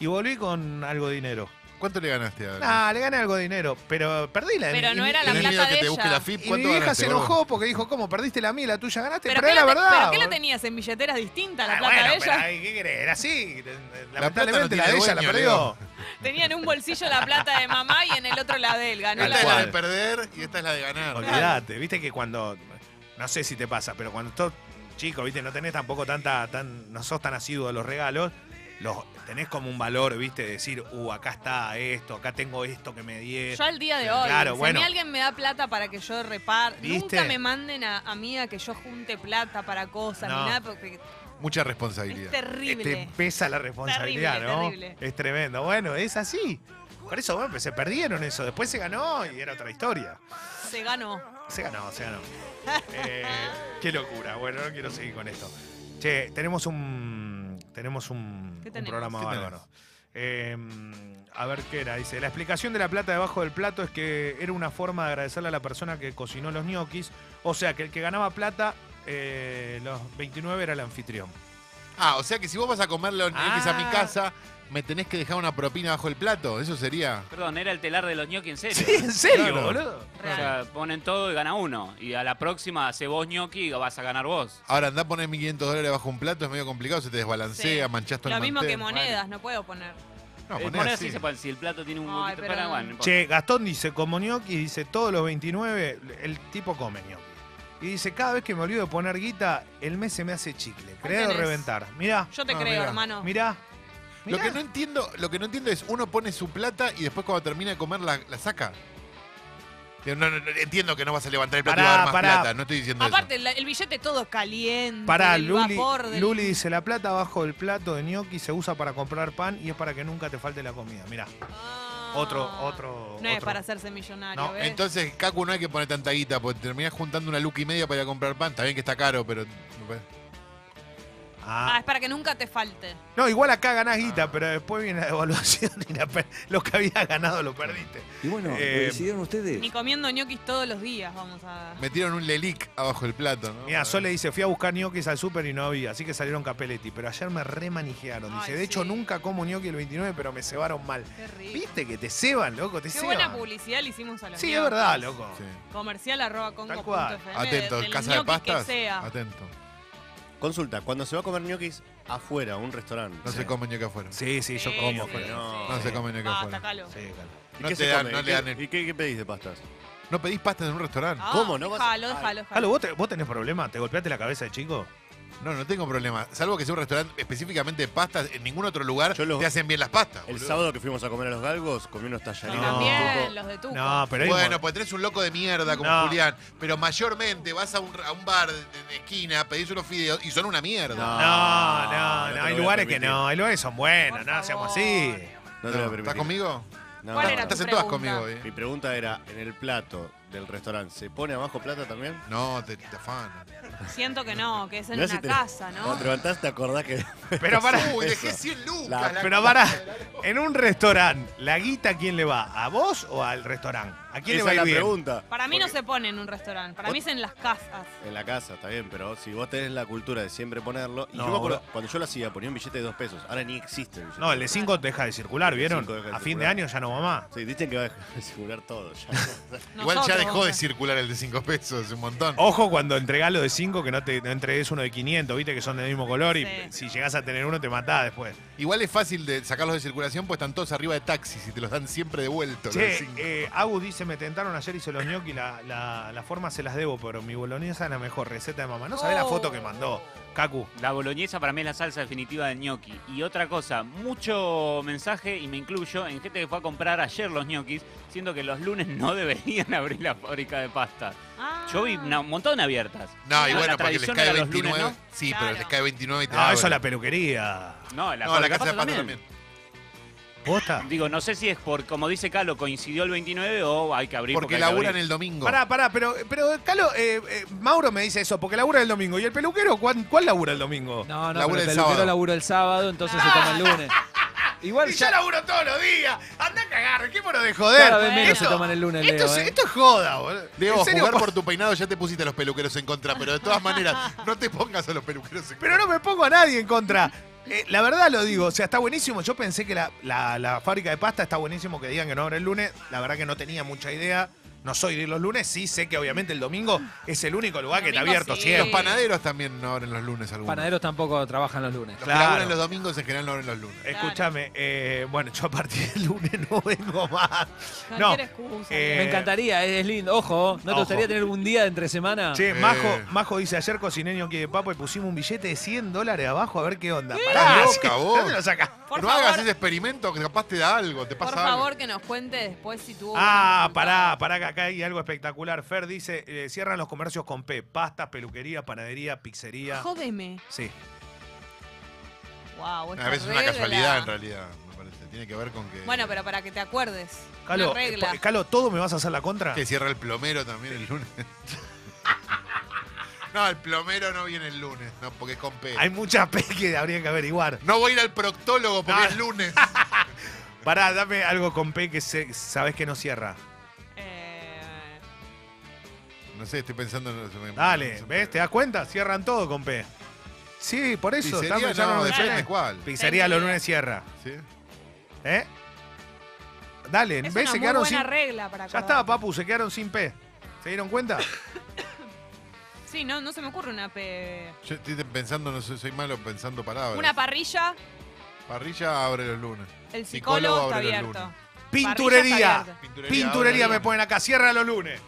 Speaker 1: Y volví con algo de dinero.
Speaker 3: ¿Cuánto le ganaste a
Speaker 1: Ah, le gané algo de dinero, pero perdí la
Speaker 2: Pero
Speaker 1: y-
Speaker 2: no
Speaker 1: y-
Speaker 2: era la
Speaker 3: ¿Tenés
Speaker 2: plata
Speaker 3: miedo que
Speaker 2: de
Speaker 3: te
Speaker 2: ella.
Speaker 3: busque la FIP?
Speaker 1: Y mi
Speaker 3: ¿Cuánto
Speaker 1: vieja
Speaker 3: ganaste,
Speaker 1: se
Speaker 3: gordo?
Speaker 1: enojó porque dijo, ¿cómo? Perdiste la mía y la tuya ganaste. Pero,
Speaker 2: ¿qué
Speaker 1: era
Speaker 2: la te-
Speaker 1: verdad.
Speaker 2: pero qué la
Speaker 1: boludo.
Speaker 2: tenías en billeteras distintas, la
Speaker 1: Ah,
Speaker 2: plata
Speaker 1: bueno,
Speaker 2: de
Speaker 1: pero
Speaker 2: ella?
Speaker 1: ahí, ¿qué querés? Era así.
Speaker 3: plata no
Speaker 1: Lamentablemente
Speaker 3: tiene
Speaker 1: la, de ella
Speaker 3: dueño,
Speaker 1: la perdió.
Speaker 3: Leo.
Speaker 2: Tenía en un bolsillo la plata de mamá y en el otro la de él. Ganó
Speaker 3: Esta
Speaker 2: la
Speaker 3: es la de
Speaker 1: Igual.
Speaker 3: perder y esta es la de ganar.
Speaker 1: Olvídate, viste que cuando. No sé si te pasa, pero cuando sos chico, viste, no tenés tampoco tanta. Tan, no sos tan asiduo de los regalos. Los, tenés como un valor, viste, de decir, uh, acá está esto, acá tengo esto que me di. este,
Speaker 2: Yo al día de hoy,
Speaker 1: Claro,
Speaker 2: si
Speaker 1: bueno.
Speaker 2: a mí alguien me da plata para que yo repare,
Speaker 1: ¿Viste?
Speaker 2: nunca me manden a, a mí a que yo junte plata para cosas,
Speaker 1: No. Este-
Speaker 2: ni nada, porque
Speaker 3: Mucha
Speaker 2: es
Speaker 3: responsabilidad.
Speaker 1: Te
Speaker 2: terrible.
Speaker 1: pesa la responsabilidad,
Speaker 2: Terrible,
Speaker 1: ¿no?
Speaker 2: terrible.
Speaker 1: Es tremendo. Bueno, es así. Por eso, bueno, pues se perdieron eso. Después se ganó y era otra historia.
Speaker 2: Se ganó.
Speaker 1: Se ganó, se ganó. Eh, qué locura. Bueno, no quiero seguir con esto. Che, tenemos un. Tenemos un,
Speaker 2: ¿Qué
Speaker 1: un
Speaker 2: tenemos?
Speaker 1: programa
Speaker 3: ¿Qué
Speaker 1: bárbaro. Eh, a ver qué era. Dice: La explicación de la plata debajo del plato es que era una forma de agradecerle a la persona que cocinó los ñoquis. O sea, que el que ganaba plata, eh, los 29 era el anfitrión.
Speaker 3: Ah, o sea que si vos vas a comer los ñoquis a mi
Speaker 1: Ah.
Speaker 3: casa, me tenés que dejar una propina bajo el plato. Eso sería.
Speaker 6: Perdón, era el telar de los ñoquis en serio.
Speaker 1: ¿En serio,
Speaker 3: Claro.
Speaker 1: boludo?
Speaker 6: O sea, ponen todo y gana uno. Y a la próxima hace vos ñoqui y vas a ganar vos.
Speaker 3: Ahora andá a poner 1500 dólares bajo un plato, es medio complicado, se te desbalancea,
Speaker 2: Sí.
Speaker 3: manchaste
Speaker 2: Lo
Speaker 3: el
Speaker 2: mismo que
Speaker 3: mantel.
Speaker 2: monedas, no puedo poner.
Speaker 3: No,
Speaker 6: Eh,
Speaker 3: monedas
Speaker 6: monedas
Speaker 3: sí.
Speaker 6: sí se pueden, si el plato tiene un
Speaker 2: Ay,
Speaker 6: huequito.
Speaker 2: pero
Speaker 6: Para,
Speaker 2: no.
Speaker 6: bueno, no importa.
Speaker 1: Che, Gastón dice, como ñoqui, dice, todos los 29, el tipo come ñoqui. Y dice, cada vez que me olvido de poner guita, el mes se me hace chicle. Creer o
Speaker 2: tenés.
Speaker 1: reventar. Mirá,
Speaker 2: Yo te
Speaker 3: No,
Speaker 2: creo,
Speaker 3: mirá,
Speaker 2: hermano.
Speaker 1: mirá.
Speaker 3: Lo
Speaker 1: mirá.
Speaker 3: que no entiendo, lo que no entiendo es uno pone su plata y después cuando termina de comer la, la saca. No, no, no, entiendo que no vas a levantar el plato y
Speaker 1: Pará,
Speaker 3: va a dar más
Speaker 1: pará.
Speaker 3: plata, no estoy diciendo
Speaker 2: Aparte, la- el billete todo caliente.
Speaker 1: Pará,
Speaker 2: el
Speaker 1: Luli,
Speaker 2: vapor del-
Speaker 1: Luli dice, la plata abajo del plato de ñoqui se usa para comprar pan y es para que nunca te falte la comida. Mirá,
Speaker 2: Ah.
Speaker 1: otro, otro.
Speaker 2: No es
Speaker 1: otro.
Speaker 2: para hacerse millonario,
Speaker 1: No,
Speaker 3: eso.
Speaker 2: ¿ves?
Speaker 3: Entonces, Cacu no hay que poner tanta guita, porque terminás juntando una luca y media para ir a comprar pan. Está bien que está caro, pero.
Speaker 2: Ah,
Speaker 1: Ah.
Speaker 2: es para que nunca te falte.
Speaker 1: No, igual acá ganás guita, pero después viene la devaluación y la per- lo que habías ganado lo perdiste.
Speaker 8: Y bueno,
Speaker 1: Eh,
Speaker 8: lo decidieron ustedes.
Speaker 2: Ni comiendo ñoquis todos los días, vamos a.
Speaker 3: Metieron un lelic abajo del plato, ¿no?
Speaker 1: Mira, Sol le dice, fui a buscar ñoquis al súper y no había, así que salieron capeletti, pero ayer me remanijearon. Dice,
Speaker 2: Ay,
Speaker 1: de hecho
Speaker 2: sí.
Speaker 1: nunca como ñoqui el 29, pero me cebaron mal.
Speaker 2: Qué rico.
Speaker 1: ¿Viste que te ceban, loco? Te
Speaker 2: Qué
Speaker 1: ceban.
Speaker 2: buena publicidad le hicimos a los
Speaker 1: Sí, es
Speaker 2: ñoquis.
Speaker 1: verdad, loco.
Speaker 3: Sí.
Speaker 2: Comercial arroba congo
Speaker 1: Tal cual.
Speaker 2: punto FM,
Speaker 3: Atento,
Speaker 2: del
Speaker 3: casa de
Speaker 2: ñoqui
Speaker 3: pastas.
Speaker 2: Que
Speaker 1: Ah,
Speaker 2: sea.
Speaker 3: Atento.
Speaker 4: Consulta, cuando se va a comer ñoquis afuera, a un restaurante.
Speaker 3: No se come ñoca afuera.
Speaker 1: Sí, sí, yo
Speaker 2: Sí,
Speaker 1: como.
Speaker 2: sí,
Speaker 1: pero
Speaker 2: sí,
Speaker 1: no.
Speaker 3: No se come ñoca
Speaker 2: Basta,
Speaker 3: afuera.
Speaker 2: calo.
Speaker 1: Sí, claro.
Speaker 4: ¿Y
Speaker 3: No
Speaker 4: qué
Speaker 3: te
Speaker 4: se
Speaker 3: dan-
Speaker 4: come?
Speaker 3: no
Speaker 4: ¿Y
Speaker 3: le
Speaker 4: qué-
Speaker 3: dan el-
Speaker 4: ¿Y qué, qué pedís de pastas?
Speaker 3: ¿No pedís pasta en un restaurante?
Speaker 2: Ah,
Speaker 4: ¿Cómo? ¿No vas-
Speaker 2: Déjalo,
Speaker 4: Ay.
Speaker 2: déjalo, déjalo.
Speaker 1: Jalo, ¿vos, te- vos tenés problemas? ¿Te golpeaste la cabeza de chico?
Speaker 3: No, no tengo problema. Salvo que sea un restaurante específicamente de pastas, en ningún otro lugar
Speaker 4: Yo lo-
Speaker 3: te hacen bien las pastas.
Speaker 4: El
Speaker 3: boludo.
Speaker 4: sábado que fuimos a comer a los galgos, comí unos
Speaker 2: Y
Speaker 4: tallarines.
Speaker 1: No.
Speaker 2: también
Speaker 4: con
Speaker 2: los de Tuco.
Speaker 1: No, pero hay un
Speaker 3: Bueno,
Speaker 1: mon-
Speaker 3: pues tenés un loco de mierda como
Speaker 1: No.
Speaker 3: Julián, pero mayormente vas a un, a un bar de, de esquina, pedís unos fideos y son una mierda.
Speaker 4: No.
Speaker 1: No,
Speaker 4: Ah,
Speaker 1: no,
Speaker 4: no
Speaker 1: no, hay
Speaker 4: te lo voy a
Speaker 1: lugares que
Speaker 4: permitir.
Speaker 1: no, hay lugares que son buenos,
Speaker 2: Por
Speaker 1: no, seamos
Speaker 2: favor.
Speaker 1: así.
Speaker 4: No te lo voy a permitir.
Speaker 3: ¿Estás conmigo?
Speaker 4: No,
Speaker 2: ¿Cuál
Speaker 4: no,
Speaker 2: era
Speaker 4: no.
Speaker 2: tu
Speaker 3: Estás en todas
Speaker 2: pregunta?
Speaker 3: conmigo,
Speaker 4: Mi
Speaker 3: eh.
Speaker 4: pregunta era, en el plato del restaurante, ¿se pone abajo plata también?
Speaker 3: No, te, te afano.
Speaker 2: Siento que no, que es en
Speaker 4: Mirá
Speaker 2: una
Speaker 4: si te-
Speaker 2: casa, ¿no?
Speaker 4: Cuando te levantás te acordás que...
Speaker 1: Pero para,
Speaker 3: Uy,
Speaker 4: Eso.
Speaker 3: dejé 100 lucas.
Speaker 4: La-
Speaker 3: la
Speaker 1: pero
Speaker 3: concha
Speaker 1: para,
Speaker 3: de la lora.
Speaker 1: en un restaurante, ¿la guita a quién le va? ¿A vos o al restaurante? ¿A quién le
Speaker 4: Esa
Speaker 1: va a ir
Speaker 4: es la
Speaker 1: bien?
Speaker 4: pregunta.
Speaker 2: Para mí no
Speaker 4: Porque
Speaker 2: se pone en un restaurante, para mí es en las casas.
Speaker 4: En la casa, está bien, pero si vos tenés la cultura de siempre ponerlo... Y
Speaker 1: No,
Speaker 4: yo me acuerdo,
Speaker 1: bro.
Speaker 4: cuando yo lo hacía, ponía un billete de dos pesos. Ahora ni existe el billete.
Speaker 1: No, el de 5 deja de circular,
Speaker 4: El de
Speaker 1: ¿vieron?
Speaker 4: cinco deja de
Speaker 1: A fin de
Speaker 4: circular.
Speaker 1: año ya no va más.
Speaker 4: Sí, dicen que va a dejar de circular todo ya.
Speaker 3: Igual ya
Speaker 2: Nosotros,
Speaker 3: dejó de
Speaker 2: Gonza.
Speaker 3: circular el de 5 pesos, un montón.
Speaker 1: Ojo cuando entregás lo de 5, que no te no entregues uno de 500, viste que son del mismo color y
Speaker 2: Sí.
Speaker 1: si llegás a tener uno te matás después.
Speaker 3: Igual es fácil de sacarlos de circulación, pues están todos arriba de taxis y te los dan siempre devueltos. los de
Speaker 1: Che,
Speaker 3: cinco.
Speaker 1: eh, Agus dice, me tentaron ayer, hice los ñoquis, la, la, la forma se las debo, pero mi boloñesa es la mejor receta de mamá. ¿No sabés la
Speaker 2: Oh.
Speaker 1: foto que mandó? Cacu.
Speaker 6: La boloñesa para mí es la salsa definitiva del gnocchi. Y otra cosa, mucho mensaje, y me incluyo, en gente que fue a comprar ayer los gnocchis, siendo que los lunes no deberían abrir la fábrica de pasta.
Speaker 2: Ah.
Speaker 6: Yo vi una- un montón abiertas.
Speaker 3: no, y
Speaker 6: La
Speaker 3: bueno, porque les
Speaker 6: tradición
Speaker 3: cae
Speaker 6: era los
Speaker 3: 29.
Speaker 6: lunes,
Speaker 3: Sí, pero
Speaker 2: Claro.
Speaker 3: les cae 29 y te
Speaker 1: Ah,
Speaker 3: abren.
Speaker 1: eso es la peluquería.
Speaker 6: No,
Speaker 3: No,
Speaker 6: la,
Speaker 3: la
Speaker 6: fábrica
Speaker 3: casa de pato también.
Speaker 1: ¿Posta?
Speaker 6: Digo, no sé si es por, como dice Calo, coincidió el 29 o hay que abrir porque,
Speaker 3: Porque
Speaker 6: hay que
Speaker 3: laburan
Speaker 6: abrir.
Speaker 3: el domingo.
Speaker 1: Pará, pará, pero, pero Calo, eh, eh, Mauro me dice eso, porque labura el domingo. ¿Y el peluquero cuán- cuál labura el domingo?
Speaker 7: No, no,
Speaker 3: Labura
Speaker 7: pero
Speaker 3: el
Speaker 7: el
Speaker 3: sábado.
Speaker 7: peluquero laburo el sábado, entonces se toma el lunes. Igual
Speaker 1: Y yo
Speaker 7: ya,
Speaker 1: laburo todos los días. Anda a cagar, dejémonos de joder. pues.
Speaker 7: cada vez menos
Speaker 1: Esto-
Speaker 7: se toman el lunes,
Speaker 1: Esto,
Speaker 7: Leo.
Speaker 1: es-
Speaker 7: ¿eh?
Speaker 1: esto es joda, boludo.
Speaker 3: Leo,
Speaker 1: En serio,
Speaker 3: jugar
Speaker 1: po-
Speaker 3: por tu peinado ya te pusiste a los peluqueros en contra, pero de todas maneras, no te pongas a los peluqueros en contra.
Speaker 1: Pero no me pongo a nadie en contra. Eh, la verdad lo digo, o sea, está buenísimo. Yo pensé que la, la- la fábrica de pasta está buenísimo que digan que no abre el lunes. La verdad que no tenía mucha idea. No soy de ir los lunes, sí sé que obviamente el domingo es el único lugar que está
Speaker 2: Domingo
Speaker 1: abierto
Speaker 2: sí.
Speaker 1: siempre.
Speaker 3: Los panaderos también no abren los lunes algunos.
Speaker 7: Panaderos tampoco trabajan los lunes.
Speaker 3: Los
Speaker 1: Claro.
Speaker 3: que laburan los domingos en general no abren los lunes.
Speaker 2: Claro.
Speaker 1: Escúchame, eh, bueno, yo a partir del lunes no vengo más.
Speaker 2: No,
Speaker 1: No,
Speaker 2: quiero excusa.
Speaker 1: eh,
Speaker 7: Me encantaría, es, es lindo. Ojo, ¿no te
Speaker 1: Ojo.
Speaker 7: gustaría tener un día de entre semana?
Speaker 1: Che,
Speaker 3: Eh.
Speaker 1: Majo, Majo dice, ayer cociné ñoqui de papa y pusimos un billete de 100 dólares abajo a ver qué onda. Pará,
Speaker 3: ¿Estás
Speaker 1: ah, ¿sí?
Speaker 3: loca, vos?
Speaker 1: ¿Dónde lo sacás?
Speaker 2: Por
Speaker 3: no
Speaker 2: favor.
Speaker 3: hagas ese experimento que capaz te da algo, te
Speaker 2: Por
Speaker 3: pasa algo.
Speaker 2: favor, que nos cuente después si tuvo.
Speaker 1: Ah,
Speaker 2: algún
Speaker 1: pará,
Speaker 2: resultado.
Speaker 1: pará, que acá hay algo espectacular. Fer dice, eh, cierran los comercios con P, pastas, peluquería, panadería, pizzería.
Speaker 2: Jódeme.
Speaker 1: Sí.
Speaker 2: Wow,
Speaker 3: A veces es una casualidad en realidad, me parece. Tiene que ver con que,
Speaker 2: Bueno, pero para que te acuerdes.
Speaker 1: Calo,
Speaker 2: una regla.
Speaker 1: eh, Calo, ¿todo me vas a hacer la contra?
Speaker 3: que cierra el plomero también el lunes. no, el plomero no viene el lunes, no, porque es con P.
Speaker 1: Hay muchas P que habría que averiguar.
Speaker 3: No voy a ir al proctólogo porque
Speaker 1: No.
Speaker 3: es lunes.
Speaker 1: Pará, dame algo con P que se- sabés que no cierra.
Speaker 2: Eh,
Speaker 3: no sé, estoy pensando en... se me-
Speaker 1: Dale,
Speaker 3: se me-
Speaker 1: ¿ves? ¿Te das cuenta? Cierran todo con P. Sí, por eso.
Speaker 3: Pizzería,
Speaker 1: están pensando
Speaker 3: no,
Speaker 1: en
Speaker 2: depende
Speaker 1: diferente.
Speaker 3: cuál.
Speaker 1: Pizzería los lunes cierra.
Speaker 3: ¿Sí?
Speaker 1: ¿Eh? Dale,
Speaker 2: es una
Speaker 1: ¿ves? Se
Speaker 2: muy
Speaker 1: quedaron
Speaker 2: buena
Speaker 1: sin.
Speaker 2: regla para
Speaker 1: Ya
Speaker 2: acordar.
Speaker 1: está, papu, se quedaron sin P. ¿Se dieron cuenta?
Speaker 2: Sí, no, no se me ocurre una pe-
Speaker 3: Yo estoy pensando, no sé, soy malo pensando palabras.
Speaker 2: Una parrilla,
Speaker 3: Parrilla abre los lunes.
Speaker 2: el psicólogo,
Speaker 3: Psicólogo
Speaker 2: está
Speaker 3: abre los
Speaker 2: abierto.
Speaker 3: lunes.
Speaker 1: Pinturería.
Speaker 2: abierta.
Speaker 1: Pinturería,
Speaker 3: abre los
Speaker 1: me
Speaker 3: lunes.
Speaker 1: ponen acá. Cierra los lunes.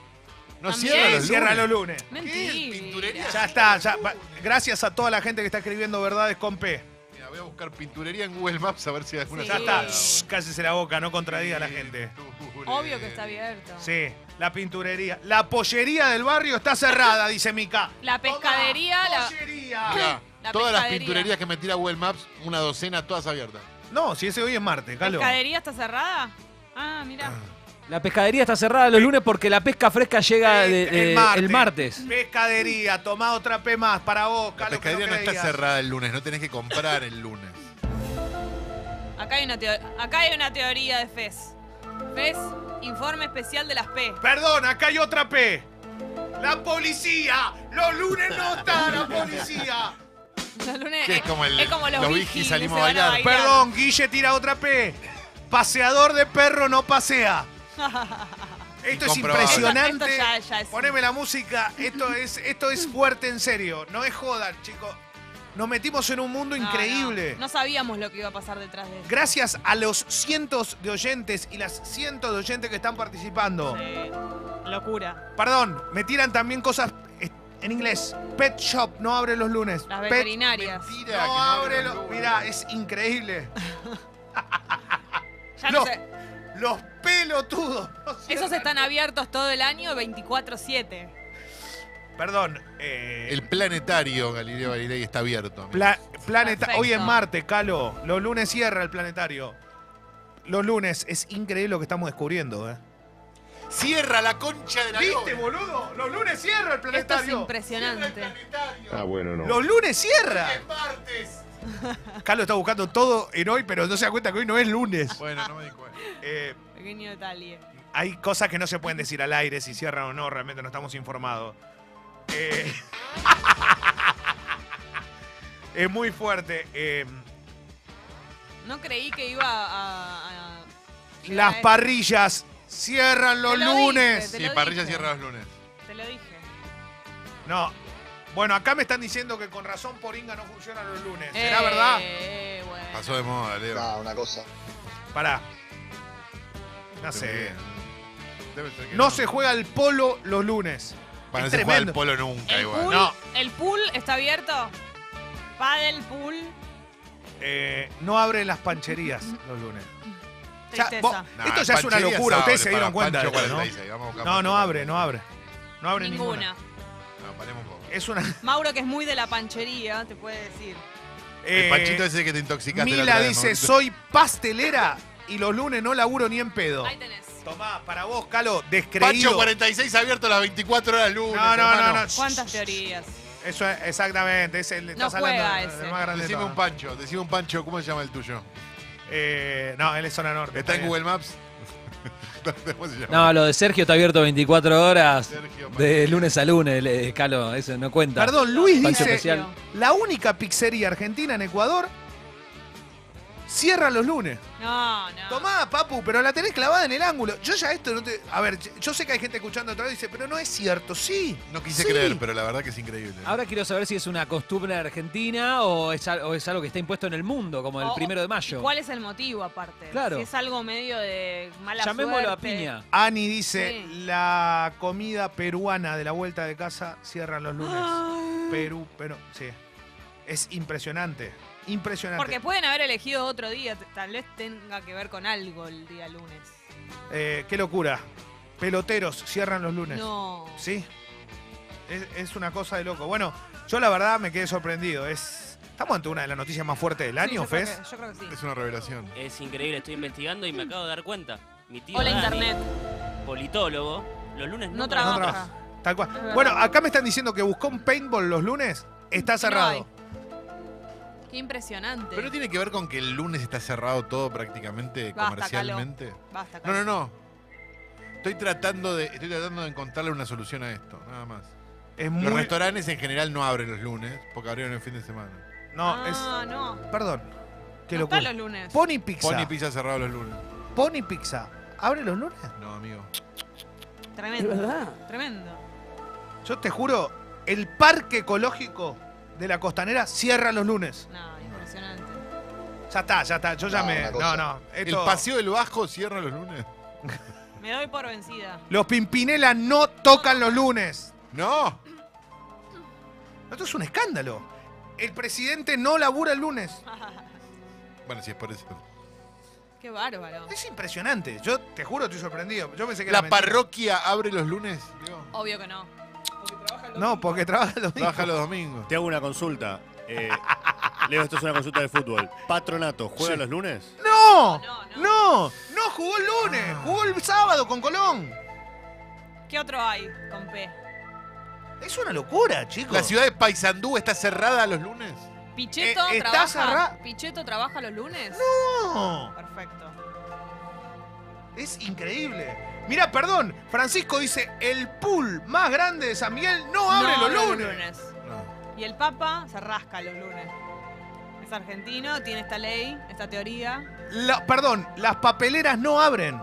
Speaker 3: No
Speaker 2: También.
Speaker 3: cierra los
Speaker 1: Cierra
Speaker 3: lunes.
Speaker 1: los lunes.
Speaker 2: Mentira.
Speaker 3: Pinturería.
Speaker 1: Ya está. ya- va- Gracias a toda la gente que está escribiendo verdades con P.
Speaker 3: Mira, voy a buscar pinturería en Google Maps a ver si hay alguna.
Speaker 2: Sí.
Speaker 1: Ya está.
Speaker 2: Sí.
Speaker 1: Shh, cállese la boca, no contradiga a la gente.
Speaker 2: Obvio que está abierto.
Speaker 1: Sí, la pinturería. La pollería del barrio está cerrada, dice Mica.
Speaker 2: La pescadería,
Speaker 1: Tomá,
Speaker 2: la-
Speaker 1: pollería.
Speaker 3: Mirá,
Speaker 2: La
Speaker 3: todas las
Speaker 2: pescadería.
Speaker 3: pinturerías que me tira Google Maps, una docena, todas abiertas.
Speaker 1: No, si ese hoy es martes, Calo.
Speaker 2: ¿Pescadería está cerrada? Ah, mira.
Speaker 7: La pescadería está cerrada los lunes porque la pesca fresca llega de- de- el martes.
Speaker 1: Pescadería, tomá otra P más para vos,
Speaker 3: La
Speaker 1: Calo, que
Speaker 3: pescadería no está
Speaker 1: creías.
Speaker 3: cerrada el lunes, no tenés que comprar el lunes.
Speaker 2: Acá hay una, teo- acá hay una teoría de FES. FES, informe especial de las P.
Speaker 1: Perdón, acá hay otra P. La policía. Los lunes no está la policía.
Speaker 2: Los lunes
Speaker 3: Que es como el-
Speaker 2: los,
Speaker 3: los
Speaker 2: vigis,
Speaker 3: vigis salimos
Speaker 2: se van
Speaker 3: a bailar.
Speaker 1: Perdón, Guille tira otra P. Paseador de perro no pasea. Esto es
Speaker 3: Incomprobable.
Speaker 1: impresionante.
Speaker 2: Esto- esto ya- ya es-
Speaker 1: Poneme la música. Esto es, esto es fuerte en serio. No es joda, chicos. Nos metimos en un mundo
Speaker 2: No, no.
Speaker 1: increíble.
Speaker 2: No, sabíamos lo que iba a pasar detrás de esto.
Speaker 1: Gracias a los cientos de oyentes y las cientos de oyentes que están participando.
Speaker 2: Sí. Eh, Locura.
Speaker 1: Perdón, me tiran también cosas eh, en inglés. Pet Shop no abre los lunes.
Speaker 2: Las
Speaker 1: Pet
Speaker 2: veterinarias.
Speaker 3: Mentira, que
Speaker 1: no abre los.
Speaker 3: lunes.
Speaker 1: Mirá, eh. es increíble.
Speaker 2: Ya no
Speaker 1: No.
Speaker 2: sé.
Speaker 1: Los pelotudos. no
Speaker 2: Esos
Speaker 1: cierran.
Speaker 2: están abiertos todo el año 24-7.
Speaker 1: Perdón. eh,
Speaker 3: El planetario Galileo Galilei está abierto. amigos.
Speaker 1: pla- planeta.
Speaker 2: Perfecto.
Speaker 1: Hoy es Marte, Calo. Los lunes cierra el planetario. Los lunes es increíble lo que estamos descubriendo, ¿eh?
Speaker 3: Cierra la concha de la
Speaker 1: ¿Viste,
Speaker 3: lora.
Speaker 1: boludo? Los lunes cierra el
Speaker 2: Esto es
Speaker 1: planetario.
Speaker 2: impresionante.
Speaker 8: Ah, bueno, no.
Speaker 1: Los lunes cierra.
Speaker 3: Es martes.
Speaker 1: Carlos está buscando todo en hoy, pero no se da cuenta que hoy no es lunes.
Speaker 3: Bueno, no me di cuenta.
Speaker 1: Eh,
Speaker 2: Pequeño detalle.
Speaker 1: hay cosas que no se pueden decir al aire, si cierran o no, realmente no estamos informados. Eh, es muy fuerte. eh,
Speaker 2: No creí que iba a. a- a llegar
Speaker 1: las
Speaker 2: a esto.
Speaker 1: parrillas cierran los
Speaker 2: Te lo
Speaker 1: lunes.
Speaker 2: dije,
Speaker 3: Sí,
Speaker 2: lo
Speaker 3: parrilla
Speaker 2: dije.
Speaker 3: cierra los lunes.
Speaker 2: Te lo dije.
Speaker 1: No. Bueno, acá me están diciendo que con razón Poringa no funciona los lunes. ¿Será
Speaker 2: Eh,
Speaker 1: verdad?
Speaker 2: eh, bueno.
Speaker 3: Pasó de moda, Leo.
Speaker 8: una cosa.
Speaker 1: Pará. No sé.
Speaker 3: Debe ser que
Speaker 1: No se juega el polo los lunes.
Speaker 3: Bueno,
Speaker 1: es
Speaker 3: no se juega
Speaker 1: tremendo.
Speaker 3: al polo nunca
Speaker 2: ¿El
Speaker 3: igual.
Speaker 2: pool,
Speaker 1: No.
Speaker 2: ¿El pool está abierto? Paddle pool.
Speaker 1: Eh, no abre las pancherías los lunes. Ya,
Speaker 2: Tristeza.
Speaker 1: vos-
Speaker 3: Nah,
Speaker 1: esto ya es una
Speaker 3: Pancherías
Speaker 1: locura,
Speaker 3: abre
Speaker 1: ustedes se
Speaker 3: para
Speaker 1: dieron cuenta de
Speaker 3: Pancho
Speaker 1: esto, ¿no?
Speaker 3: 46, vamos a buscar
Speaker 1: No,
Speaker 3: Pancho
Speaker 1: no abre,
Speaker 3: 46.
Speaker 1: no abre. No abre ninguna.
Speaker 2: Ninguna.
Speaker 3: No, paremos un poco.
Speaker 1: Es una.
Speaker 2: Mauro, que es muy de la panchería, te puede decir.
Speaker 1: eh,
Speaker 3: el panchito ese que te intoxicaste la
Speaker 1: Mila
Speaker 3: otra vez,
Speaker 1: dice:
Speaker 3: ¿no?
Speaker 1: Soy pastelera y los lunes no laburo ni en pedo.
Speaker 2: Ahí tenés.
Speaker 1: Tomá, para vos, Calo, descreído.
Speaker 3: Pancho 46 abierto las 24 horas lunes.
Speaker 1: no, no, no,
Speaker 3: hermano.
Speaker 1: no.
Speaker 2: ¿Cuántas teorías?
Speaker 1: Eso es, exactamente. Es el, estás
Speaker 2: juega
Speaker 1: hablando del
Speaker 2: ese.
Speaker 1: más grande de
Speaker 3: Decime
Speaker 1: todos.
Speaker 3: un pancho, decime un pancho, ¿cómo se llama el tuyo?
Speaker 1: Eh, no, él es zona norte.
Speaker 3: ¿Está en
Speaker 1: bien.
Speaker 3: Google Maps? ¿Cómo se llama?
Speaker 7: No, lo de Sergio está abierto 24 horas.
Speaker 3: Sergio
Speaker 7: De
Speaker 3: Pancho.
Speaker 7: lunes a lunes, le- Calo, eso no cuenta.
Speaker 1: Perdón, Luis
Speaker 7: Pancho
Speaker 1: dice:
Speaker 7: especial.
Speaker 1: La única pizzería argentina en Ecuador cierra los lunes.
Speaker 2: No, no.
Speaker 1: Tomá, papu, pero la tenés clavada en el ángulo. Yo ya esto no te. A ver, yo sé que hay gente escuchando atrás y dice, pero no es cierto, sí.
Speaker 3: No quise
Speaker 1: Sí.
Speaker 3: creer, pero la verdad que es increíble.
Speaker 7: Ahora quiero saber si es una costumbre argentina o es, al- o es algo que está impuesto en el mundo, como el
Speaker 2: O-
Speaker 7: primero de
Speaker 2: ¿Y
Speaker 7: mayo.
Speaker 2: ¿Cuál es el motivo aparte?
Speaker 7: Claro.
Speaker 2: Si es algo medio de mala
Speaker 7: Llamémoslo a
Speaker 2: suerte.
Speaker 7: piña.
Speaker 1: Ani dice,
Speaker 2: Sí.
Speaker 1: la comida peruana de la vuelta de casa cierran los lunes.
Speaker 2: Ay.
Speaker 1: Perú, pero sí. Es impresionante. Impresionante.
Speaker 2: Porque pueden haber elegido otro día, t- tal vez tenga que ver con algo el día lunes.
Speaker 1: Eh, qué locura. Peloteros cierran los lunes.
Speaker 2: No.
Speaker 1: Sí. Es, es una cosa de loco. Bueno, yo la verdad me quedé sorprendido. Es. Estamos ante una de las noticias más fuertes del
Speaker 2: Sí,
Speaker 1: año,
Speaker 2: yo creo
Speaker 1: Fez.
Speaker 2: que- Yo creo que sí.
Speaker 3: Es una revelación.
Speaker 5: Es increíble, estoy investigando y me acabo de dar cuenta. Mi tío
Speaker 2: Hola
Speaker 5: Dani,
Speaker 2: internet.
Speaker 5: politólogo, los lunes
Speaker 2: No
Speaker 5: no
Speaker 2: trabaja.
Speaker 1: No trabaja. Tal
Speaker 2: Es
Speaker 1: cual.
Speaker 2: verdad.
Speaker 1: Bueno, acá me están diciendo que buscó un paintball los lunes. Está cerrado.
Speaker 2: Qué impresionante.
Speaker 3: Pero tiene que ver con que el lunes está cerrado todo prácticamente
Speaker 2: Basta,
Speaker 3: comercialmente.
Speaker 2: Basta,
Speaker 3: No, no, no. Estoy tratando de estoy tratando de encontrarle una solución a esto, nada más.
Speaker 1: Es
Speaker 3: Los
Speaker 1: muy.
Speaker 3: restaurantes en general no abren los lunes porque abrieron el fin de semana.
Speaker 1: No,
Speaker 2: ah,
Speaker 1: es.
Speaker 2: no.
Speaker 1: Perdón. Qué
Speaker 2: no está
Speaker 1: locura.
Speaker 2: los lunes.
Speaker 1: Pony Pizza.
Speaker 3: Pony Pizza cerrado los lunes.
Speaker 1: Pony Pizza. ¿Abre los lunes?
Speaker 3: No, amigo.
Speaker 2: Tremendo. Tremendo.
Speaker 1: Yo te juro, el parque ecológico de la costanera cierra los lunes.
Speaker 2: No, impresionante.
Speaker 1: Ya está, ya está. Yo ya
Speaker 8: No,
Speaker 1: me.
Speaker 8: una
Speaker 1: No,
Speaker 8: cosa.
Speaker 1: no. esto-
Speaker 3: El paseo del Bajo cierra los lunes.
Speaker 2: Me doy por vencida.
Speaker 1: Los Pimpinela no tocan los lunes.
Speaker 3: No.
Speaker 1: Esto es un escándalo. El presidente no labura el lunes.
Speaker 2: Ah.
Speaker 3: Bueno, si es por eso.
Speaker 2: Qué bárbaro.
Speaker 1: Es impresionante. Yo te juro, estoy sorprendido. Yo pensé que era
Speaker 3: La
Speaker 1: mentira.
Speaker 3: parroquia abre los lunes. Digo,
Speaker 2: Obvio que no.
Speaker 1: No, porque trabaja los domingos.
Speaker 3: trabaja los domingos.
Speaker 4: Te hago una consulta. Eh, Leo, esto es una consulta de fútbol. Patronato, ¿juega los lunes?
Speaker 2: No,
Speaker 1: ¡No!
Speaker 2: no.
Speaker 1: ¡No! ¡No jugó el lunes, jugó el sábado con Colón.
Speaker 2: ¿Qué otro hay con P?
Speaker 1: Es una locura, chicos.
Speaker 3: ¿La ciudad de Paysandú está cerrada los lunes?
Speaker 2: ¿Picheto,
Speaker 1: Eh, está
Speaker 2: trabaja,
Speaker 1: cerra-
Speaker 2: ¿Picheto trabaja los lunes?
Speaker 1: No,
Speaker 2: Perfecto.
Speaker 1: es increíble. Mirá, perdón, Francisco dice, el pool más grande de San Miguel no abre
Speaker 2: No,
Speaker 1: los
Speaker 2: no,
Speaker 1: lunes.
Speaker 2: Y el Papa se rasca los lunes. Es argentino, tiene esta ley, esta teoría.
Speaker 1: La- perdón, las papeleras no abren.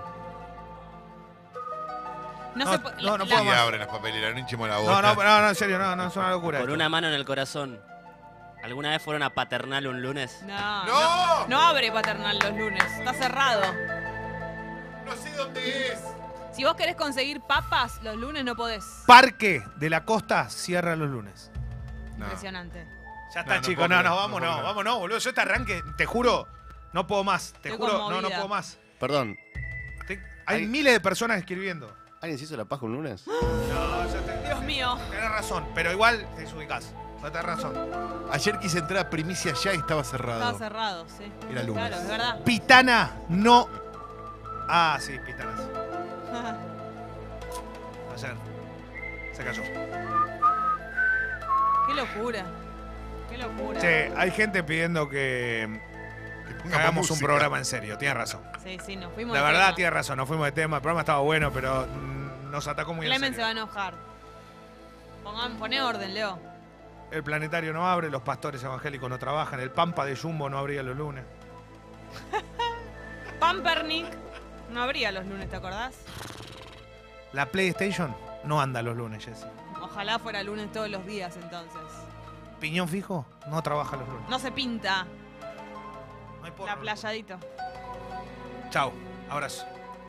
Speaker 2: No,
Speaker 1: No,
Speaker 2: se po-
Speaker 1: Ah, no,
Speaker 2: la-
Speaker 1: no puedo
Speaker 3: Sí,
Speaker 1: más.
Speaker 3: abren las papeleras, no hinchemos la
Speaker 1: No,
Speaker 3: boca.
Speaker 1: no, no, no, en serio, no, no, es una locura.
Speaker 5: Por
Speaker 1: esto.
Speaker 5: una mano en el corazón. ¿Alguna vez fueron a paternal un lunes?
Speaker 2: No, no.
Speaker 3: ¡No!
Speaker 2: No abre paternal los lunes, está cerrado.
Speaker 3: No sé dónde es.
Speaker 2: Si vos querés conseguir papas, los lunes no podés.
Speaker 1: Parque de la Costa cierra los lunes.
Speaker 3: No.
Speaker 2: Impresionante.
Speaker 1: Ya está,
Speaker 3: No, no
Speaker 1: chicos,
Speaker 3: puedo
Speaker 1: no,
Speaker 3: creer,
Speaker 1: no,
Speaker 3: no
Speaker 1: vamos,
Speaker 3: puedo
Speaker 1: no,
Speaker 3: creer.
Speaker 1: vamos, no, boludo. Yo este arranque, te juro, no puedo más, te
Speaker 2: Estoy
Speaker 1: juro, no, no
Speaker 2: conmovida.
Speaker 1: puedo más.
Speaker 4: Perdón,
Speaker 1: Te- hay
Speaker 4: Ahí-
Speaker 1: miles de personas escribiendo.
Speaker 4: ¿alguien se hizo la paja un lunes?
Speaker 1: No, ya te-
Speaker 2: Dios mío.
Speaker 1: Tenés razón, pero igual te desubicás. No tenés razón.
Speaker 3: Ayer quise entrar a Primicia ya y estaba cerrado.
Speaker 2: Estaba cerrado, sí.
Speaker 3: Era lunes.
Speaker 2: Claro, es verdad.
Speaker 1: Pitana no. Ah, sí, Pitanas. Ayer. Se cayó.
Speaker 2: Qué locura. Qué locura.
Speaker 1: Che, hay gente pidiendo que,
Speaker 3: Que
Speaker 1: que
Speaker 3: pongamos
Speaker 1: hagamos un
Speaker 3: música.
Speaker 1: programa en serio. Tienes razón.
Speaker 2: Sí, sí, nos fuimos.
Speaker 1: La
Speaker 2: de
Speaker 1: verdad,
Speaker 2: tema.
Speaker 1: tienes razón. Nos fuimos de tema. El programa estaba bueno, pero mm, nos atacó muy en
Speaker 2: Clemen se va
Speaker 1: serio.
Speaker 2: a enojar. Pongan, poné orden, Leo.
Speaker 1: El planetario no abre, los pastores evangélicos no trabajan, el pampa de Jumbo no abría los lunes.
Speaker 2: Pampernick no abría los lunes, ¿te acordás?
Speaker 1: La PlayStation no anda los lunes, Jesse.
Speaker 2: Ojalá fuera lunes todos los días entonces.
Speaker 1: Piñón fijo no trabaja los lunes.
Speaker 2: No se pinta
Speaker 1: No hay porno.
Speaker 2: la playadito.
Speaker 1: Chao. Abrazo.